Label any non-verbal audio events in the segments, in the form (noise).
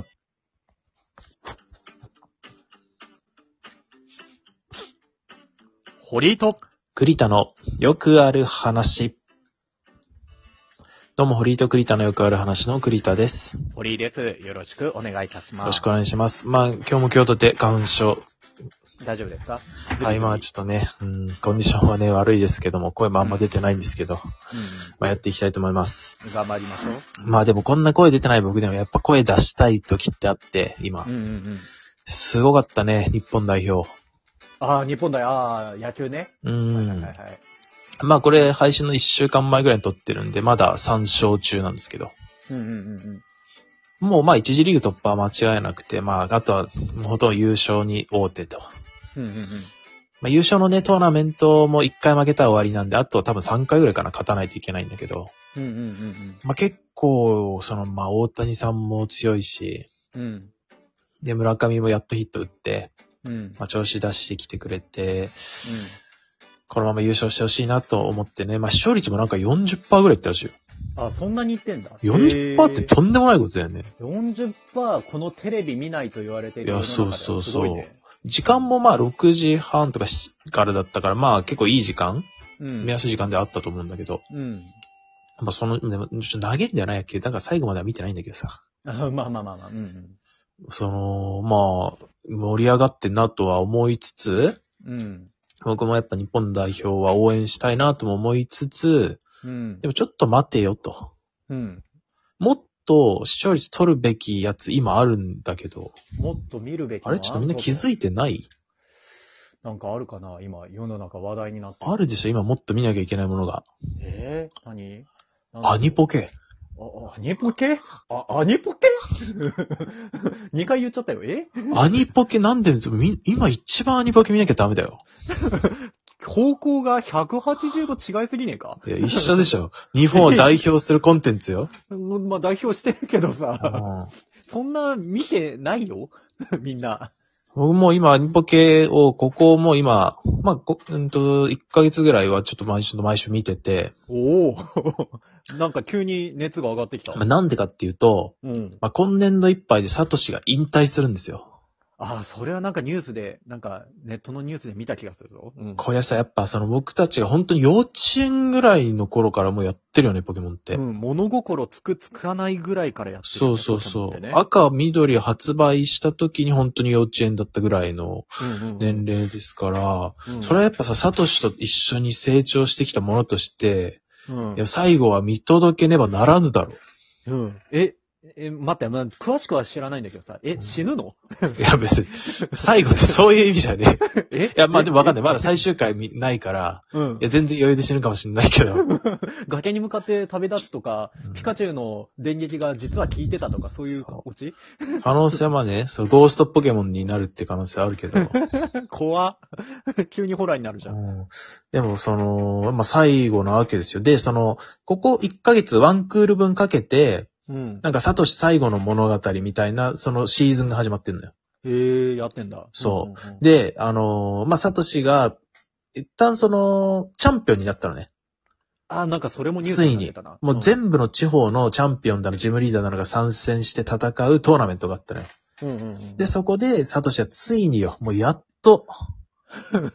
アップ堀と、栗田のよくある話。どうも、堀井と栗田のよくある話の栗田です。よ堀井です。よろしくお願いいたします。ろしくお願いします。まあ、今日も今日とて花粉症。大丈夫ですかはい、まあ、ちょっとね、うん、コンディションはね、悪いですけども、声もあんま出てないんですけど、まあ、やっていきたいと思います。うん。頑張りましょう。まあ、でもこんな声出てない僕でもやっぱ声出したい時ってあって、今う。んうんうん。すごかったね、日本代表。ああ、日本だよ。ああ、野球ね。うはいはいはんい。はい。まあ、これ、配信の1週間前ぐらいに撮ってるんで、まだ3勝中なんですけど。うんうんうんうん。もうまあ一次リーグ突破は間違いなくて、まああとはもうほとんど優勝に大手と。うんうんうん。まあ優勝のね、トーナメントも1回負けたら終わりなんで、あと多分3回ぐらいかな、勝たないといけないんだけど。うんうんうんまあ結構、そのまあ大谷さんも強いし、うん。うん。で村上もやっとヒット打って、うん。うん。まあ調子出してきてくれて、このまま優勝してほしいなと思ってね、まあ視聴率もなんか40%ぐらいいったらしいよ。あ、そんなに言ってんだ。 40%ってと。とんでもないことだよね。 40%このテレビ見ないと言われてるい世やの中ではそうそうそうすごいね時間もまあ6時半とかしからだったから、まあ結構いい時間うん。目安時間であったと思うんだけど、うん。やっぱその、でもちょっと投げんだよな、野球。だから最後までは見てないんだけどさ。あまあまあまあまあ。うんうん。その、まあ、盛り上がってんなとは思いつつ、うん。僕もやっぱ日本代表は応援したいなとも思いつつ、うんで。もちょっと待てよと。うん。もっと視聴率取るべきやつ今あるんだけど、もっと見るべきあれちょっとみんな気づいいてないなんかあるかな今、世の中話題になってあるでしょ今もっと見なきゃいけないものが。えー、何アニポケ。ケ。あ、アニポケあ、アニポケ (laughs) 二回言っちゃったよ。えアニポケなんで、み今一番アニポケ見なきゃダメだよ。方向が180度違いすぎねえかいや一緒でしょ。日本を代表するコンテンツよ。うんまあ代表してるけどうさ、んそんな見てないよ (laughs) みんな。僕も今、アニポケを、ここも今、まあ、こうんと、1ヶ月ぐらいはちょっと毎週、毎週見てて、おおなんか急に熱が上がってきたまあ、。なんでかっていうと、うん。まあ、今年度いっぱいでサトシが引退するんですよ。ああ、それはなんかニュースで、なんかネットのニュースで見た気がするぞ。うん。これさ、やっぱその僕たちが本当に幼稚園ぐらいの頃からもうやってるよね、ポケモンって。うん、物心つくつかないぐらいからやってるそよね、うそうポそケモンってう。ね赤、緑発売した時に本当に幼稚園だったぐらいのうんうん年齢ですから、うんそれはやっぱさ、サトシと一緒に成長してきたものとして、うんいや、最後は見届けねばならぬだろう。うん。え、え、待って、まあ、詳しくは知らないんだけどさ、えう、ん死ぬのいや別に、最後ってそういう意味じゃねえ。えいいや、まあでもわかんない。まだ最最終回見ないから、うんいや、。全然余裕で死ぬかもしんないけど。崖に向かって旅立つとか、ピカチュウの電撃が実は効いてたとか、そういうそオチ (laughs) 可能性はまあね、そのゴーストポケモンになるって可能性はあるけど。怖 (laughs) 急にホラーになるじうゃん。ん、でもその、まあ最後なわけですよ。で、その、ここ1ヶ月ワンクール分かけて、うん。なんかサトシ最後の物語みたいな、そのシーズンが始まってんのよ。へえ、やってんだ。そうんうん。で、で、あのーまあサトシが、一旦その、チャンピオンになったのね。あ、なんかそれもニュースになってたな。もうん全部の地方のチャンピオンだの、ジムリーダーなのが参戦して戦うトーナメントがあったのよ。うんうんうん。で、そこで、サトシはついによ、もうやっと、 (laughs)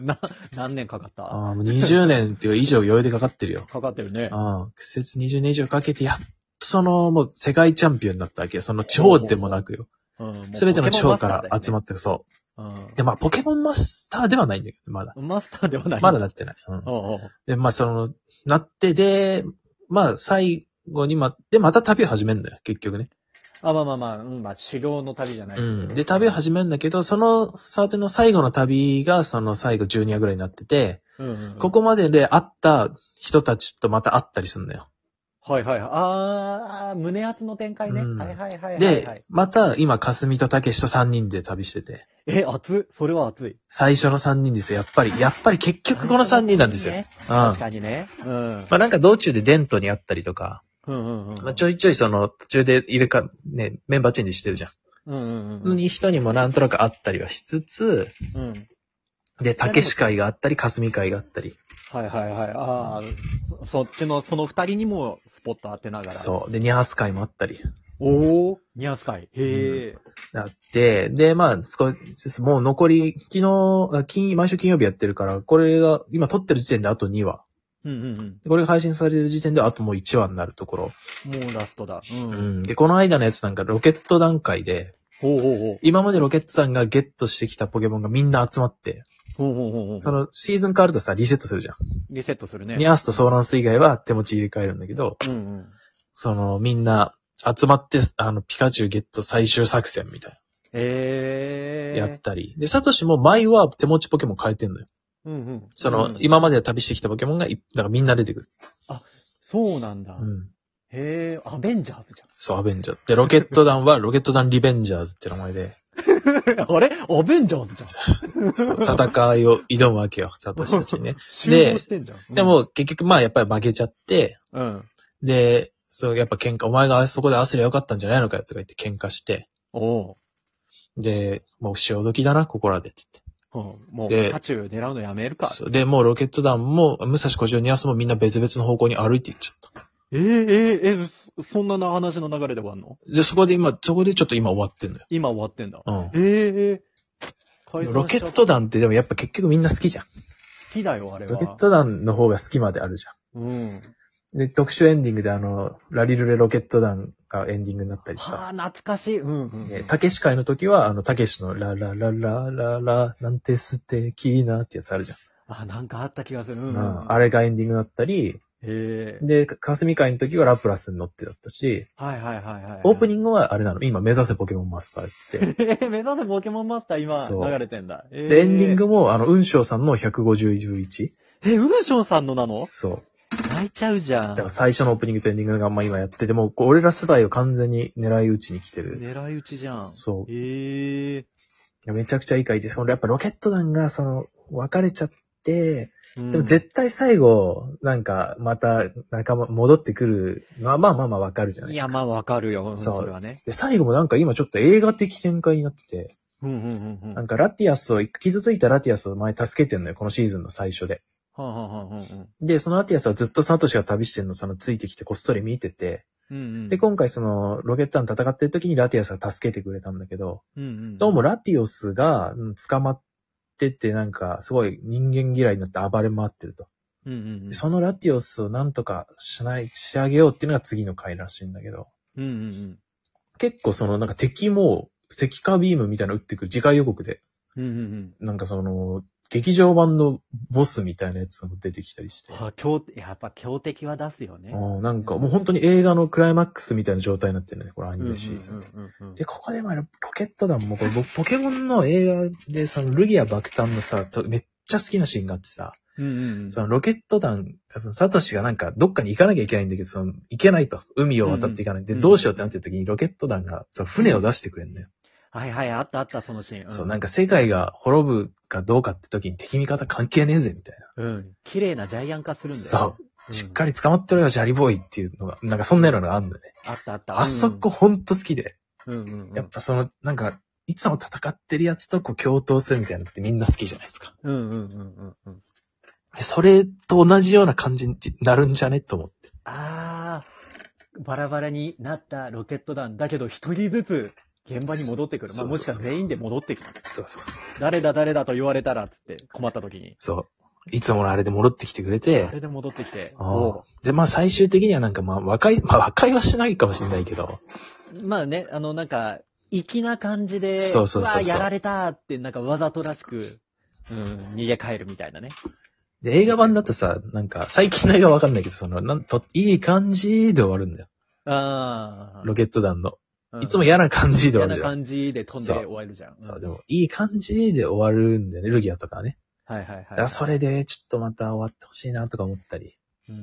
な、何年かかったあーもう20年っていうか以上余裕でかかってるよ。かかってるね。うん。苦節20年以上かけて、やっとその、もう世界チャンピオンになったわけよ。その地方でもなくよ。うん。すべての地方から集まっってる、そた。うんう。で、まあ、ポケモンマスターではないんだけど、まだ。マスターではない。まだなってない。うん。おうおう。で、まあ、その、なって、で、まあ、最後に、ま、で、また旅を始めるんだよ、結局ね。あ、まあまあまあ、うん、まあ、修行の旅じゃないけうど。ん。で、旅を始めるんだけど、その、サーベの最後の旅が、その最後12話ぐらいになってて、うんうんうんここまでで会った人たちとまた会ったりするんだよ。はいはいはい。あーあー、胸圧の展開ね。うんはいはいはいはい、はいで、。また今、かすみとたけしと3人で旅してて、え、熱それは熱い。最初の3人ですよ。やっぱり、やっぱり結局この3人なんですよ。ねうん。確まかにね。うん。あなんか道中でデントに会ったりとか、うんうんうん。まあちょいちょいその途中で入れか、ね、メンバーチェンジしてるじゃ。うんうんうんん。に人にもなんとなく会ったりはしつつ、うん。で、たけし会があったり、かすみ会があったり。はいはいはい。ああ、そそっちの、その二人にもスポット当てながら。そう。で、ニャース会もあったり。おおニアスカイ。へえ。なって、で、まあ、少しずつ、もう残り、昨日、あ金、毎週金曜日やってるから、これが、今撮ってる時点であと2話。うんうんこれが配信される時点であともう1話になるところ。うん。もうラストだ。う。うんん。で、この間のやつなんかロケット段階で、ほうほうほう。今までロケットさんがゲットしてきたポケモンがみんな集まって、ほうほうほうほう。そのシーズン変わるとさ、リセットするじゃん。リセットするね。ニャースとソーランス以外は手持ち入れ替えるんだけど、うんうん。そのみんな集まって、あの、ピカチュウゲット最終作戦みたいな、ええ。やったり。で、サトシも前は手持ちポケモン変えてんのよ。うんうん。そうんのう、ん今まで旅してきたポケモンがい、だからみんな出てくる。そうなんだ。うん。へえ、アベンジャーズじそう、アベンジャーズ。で、ロケット団は、ロケット団リベンジャーズって名 (laughs) 前で、ゃん。あれアベンジャーズじゃん。そう戦いを挑むわけよ、サトシたちにね。 (laughs) 集合してんじゃん。うんで、も、結局、まあ、やっぱり負けちゃって、うん。で、そう、やっぱ喧嘩、お前があそこで焦りゃよかったんじゃないのかよとか言って喧嘩して、おうで、もう潮時だな、ここらで、つって。うん。もう、でピカチュウ狙うのやめるか。そうで、もうロケット団も、武蔵小城ニアスもみんな別々の方向に歩いていっちゃった。ええええええそそんなな話の流れで終わんので、そこで今、そこでちょっと今終わってんのよ。今終わってんだ。うん。ええええ解散しちゃったロケット団ってでもやっぱ結局みんな好きじゃん。好きだよ、あれは。ロケット団の方が好きまであるじゃうん。ん。で、特集エンディングであの、ラリルレロケット団がエンディングになったりとはか。あ、懐かしい。うん、うん。でたけし会の時は、あの、たけしのララララララ、なんて素敵なってやつあるじゃん。あ、なんかあった気がする。う、うんんあれがエンディングだったり、ええで、かすみ会の時はラプラスに乗ってだったし、はいはいはいはい。オープンニグ。ングはあれなの、今目指せポケモンマスターって。え (laughs) え目指せポケモンマスター今そう流れてんだ。ええで、エンディングも、あの、雲章さんの151。え、ウーションさんのなのそう。泣いちゃうじゃだんか。ら最初のオープニングとエンディングがまあ今やってて、もうこう俺ら世代を完全に狙い撃ちに来てる。狙い撃ちじゃん。そう。ええいやめちゃくちゃいい回で、そのやっぱロケット団がその、別れちゃって、うんでも絶対最後、なんかまた仲間、戻ってくる、まあまあまあまあわかるじゃないい。や、まあわかるよ。うんそうそれはね。で、最後もなんか今ちょっと映画的展開になってて、うんうんうんうん。なはんかラティアスを、傷ついたラティアスを前助けてんのよ、このシーズンの最初で。あはあはあはあうんで、そのラティアスはずっとサトシが旅してんの、そのついてきてこっそり見てて、うんうん。で、今回その、ロケット団戦ってる時にラティアスが助けてくれたんだけど、うんうん。どうもラティオスがうん捕まってて、なんか、すごい人間嫌いになって暴れ回ってると。うんうんうん。そのラティオスをなんとかしない、仕上げようっていうのが次の回らしいんだけど、うんうんうん。結構そのなんか敵も石化ビームみたいなの撃ってくる次回予告で、うんうんうん。なんかその、劇場版のボスみたいなやつも出てきたりして。あ、強敵、やっぱ強敵は出すよね。うんなんかもう本当に映画のクライマックスみたいな状態になってるね、これアニメシーズン。うんうんうんうんで、ここでまあロケット団もこれ僕ポケモンの映画でそのルギア爆誕のさ、とめっちゃ好きなシーンがあってさ、うんうんうん。そのロケット団、そのサトシがなんかどっかに行かなきゃいけないんだけど、その行けないと。海を渡っていかない。で、うんどうしようってなってる時にロケット団がその船を出してくれんのよ。はいはい、あったあった、そのシーン。そう、なんか。か世界が滅ぶかどうかって時に敵味方関係ねえぜ、みたいな。うん。綺麗なジャイアン化するんだよ。そうう。んしっかり捕まってろよ、ジャリボーイっていうのが、なんかそんなようなのがあんのよね。あったあった。あそこほんと好きで。うんうんうん。やっぱその、なんか、いつも戦ってるやつとこう共闘するみたいなのってみんな好きじゃないですか。うんうんうんうんうん。でそれと同じような感じになるんじゃねと思って。あー、バラバラになったロケット団。だけど、一人ずつ現場に戻ってくる。まあ、そうもしくはそうそう全員で戻ってくる。そうそうそう。誰だ誰だと言われたら、つって困った時に。そう。いつものあれで戻ってきてくれてあ、れで戻ってきて。ああおうで、まあ最終的にはなんかまあ和解、まあ和解はしないかもしれないけど、まあね、あの、なんか、粋な感じで、そうそうそうそうわーやられたーって、なんかわざとらしく、うん、逃げ帰るみたいなね。で、映画版だとさ、なんか最近の映画わかんないけど、その、なんと、いい感じで終わるんだよ。ああ。ロケット団の。うんいつも嫌な感じで終わ嫌なるじゃん。感じで飛んで終わるじゃん。そう、でんも、いい感じで終わるんだよね、ルギアとかはね。はいはいだはかい。らそれで、ちょっとまた終わってほしいなとか思ったり。うー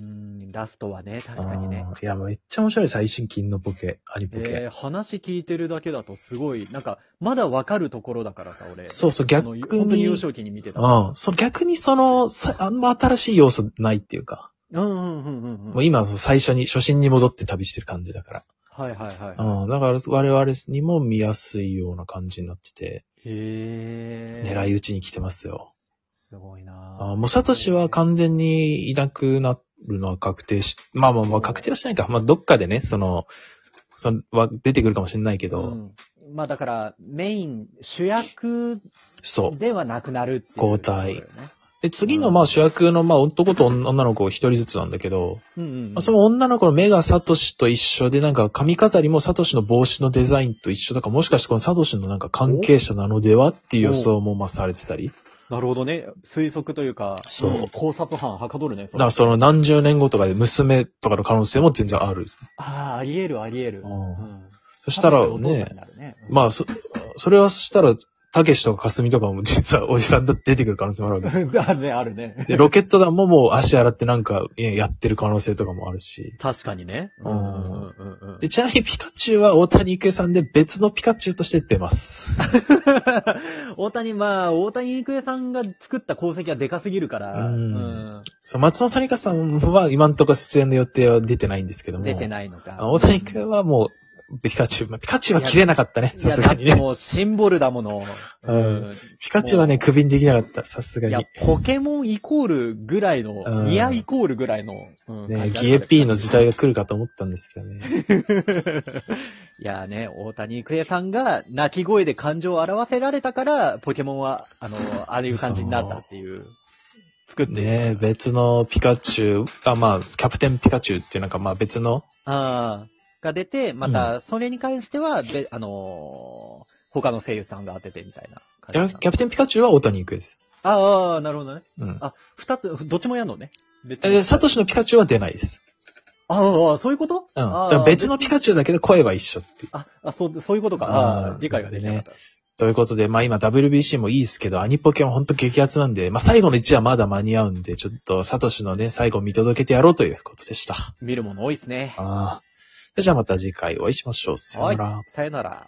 ん、ラストはね、確かにねあ。ー。いや、めっちゃ面白い、最新金のポケ、アニポケ。えー、話聞いてるだけだとすごい、なんか、まだわかるところだからさ、俺。そうそう、あ逆のに。本当に幼少期に見てた。うん。そう、逆にその、さあんま新しい要素ないっていうか。うんうんうんうんうん。もうはい今、最初に、初心に戻って旅してる感じだかはいはら。うん。だから、我々にも見やすいような感じになってて、い。へえ。狙いい。撃ちに来てますよ。すごいなあーもう、サトシは完全にいなくなるのは確定し、まあまあまあ、確定はしないか。まあ、どっかでね、その、そのは出てくるかもしれないけど、うんまあだから、メイン、主役そう。ではなくなるっていう、交代。で、次のまあ主役のまあ男と女の子一人ずつなんだけど、うんうん、うまあん。その女の子の目がサトシと一緒で、なんか髪飾りもサトシの帽子のデザインと一緒だから、もしかしてこのサトシのなんか関係者なのではっていう予想もまあされてたり。なるほどね。推測というか、そううん考察班はかどるね。それだからその何十年後とかで娘とかの可能性も全然ある。ああ、あり得る、あり得る。うんうんそしたら家族のお父ねさんに、なるねうんまあそ、それはそしたら、たけしとかかすみとかも実はおじさんだって出てくる可能性もあ (laughs) るわけ。あるね、あるね。で、ロケット弾ももう足洗ってなんかねやってる可能性とかもあるし。確かにね。うんうんうんうんで、ちなみにピカチュウは大谷育恵さんで別のピカチュウとして出ます。大谷、まあ、大谷育恵さんが作った功績はでかすぎるから、うんうんそう、松本梨香さんは今んとこ出演の予定は出てないんですけども。出てい。ないのか。大谷君はもう、ピカチュウ、まあピカチュウは切れなかったね、いさや、すだがっにてね。もうシンボルだもの。うんピカチュウはね、クビにできなかった、さすがいやに。、ポケモンイコールぐらいの、うんニアイコールぐらいの、うんね、ギエピーの時代が来るかと思ったんですけどね。 (laughs) いやね、大谷育英さんが泣き声で感情を表せられたから、ポケモンは、あの、ああいう感じになったっていう。作ってるね別のピカチュウ、あ、まあ、キャプテンピカチュウっていうなんかまあ別の、ああ。が出て、また、それに関しては、べ、あのー他の声優さんが当ててみたいな感キじなャの。キャプテンピカチュウは大谷育恵です。ああ、なるほどね。うん。あ、二つ、どっちもやんのね。別え、サトシのピカチュウは出ないです。ああ、そういうことうん。うん。だあかあら別のピカチュウだけど声は一緒っていう。あ、あ、そう、そういうことか。あーああ、理解ができなかった。ということで、まあ今 WBC もいいですけど、アニポケも本当激アツなんで、まあ最後の1話まだ間に合うんで、ちょっとサトシのね、最後見届けてやろうということでした。見るもの多いですね。ああ。じゃあまた次回お会いしましょう。さよなら。さよなら。